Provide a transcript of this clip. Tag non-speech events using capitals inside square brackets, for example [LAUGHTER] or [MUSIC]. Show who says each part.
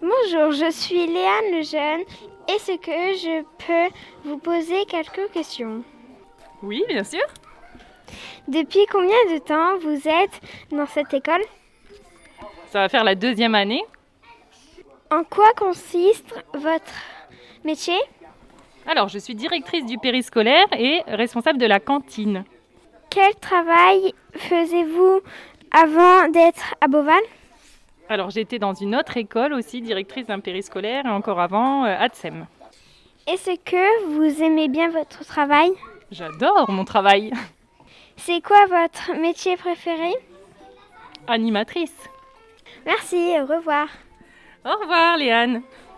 Speaker 1: Bonjour, je suis Léa Lejeune. Est-ce que je peux vous poser quelques questions
Speaker 2: Oui, bien sûr.
Speaker 1: Depuis combien de temps vous êtes dans cette école
Speaker 2: Ça va faire la deuxième année.
Speaker 1: En quoi consiste votre métier
Speaker 2: Alors, je suis directrice du périscolaire et responsable de la cantine.
Speaker 1: Quel travail faisiez-vous avant d'être à Beauval
Speaker 2: Alors, j'étais dans une autre école aussi, directrice d'un périscolaire et encore avant, euh, ADSEM.
Speaker 1: Est-ce que vous aimez bien votre travail
Speaker 2: J'adore mon travail. [LAUGHS]
Speaker 1: C'est quoi votre métier préféré
Speaker 2: Animatrice.
Speaker 1: Merci, au revoir.
Speaker 2: Au revoir, Léane.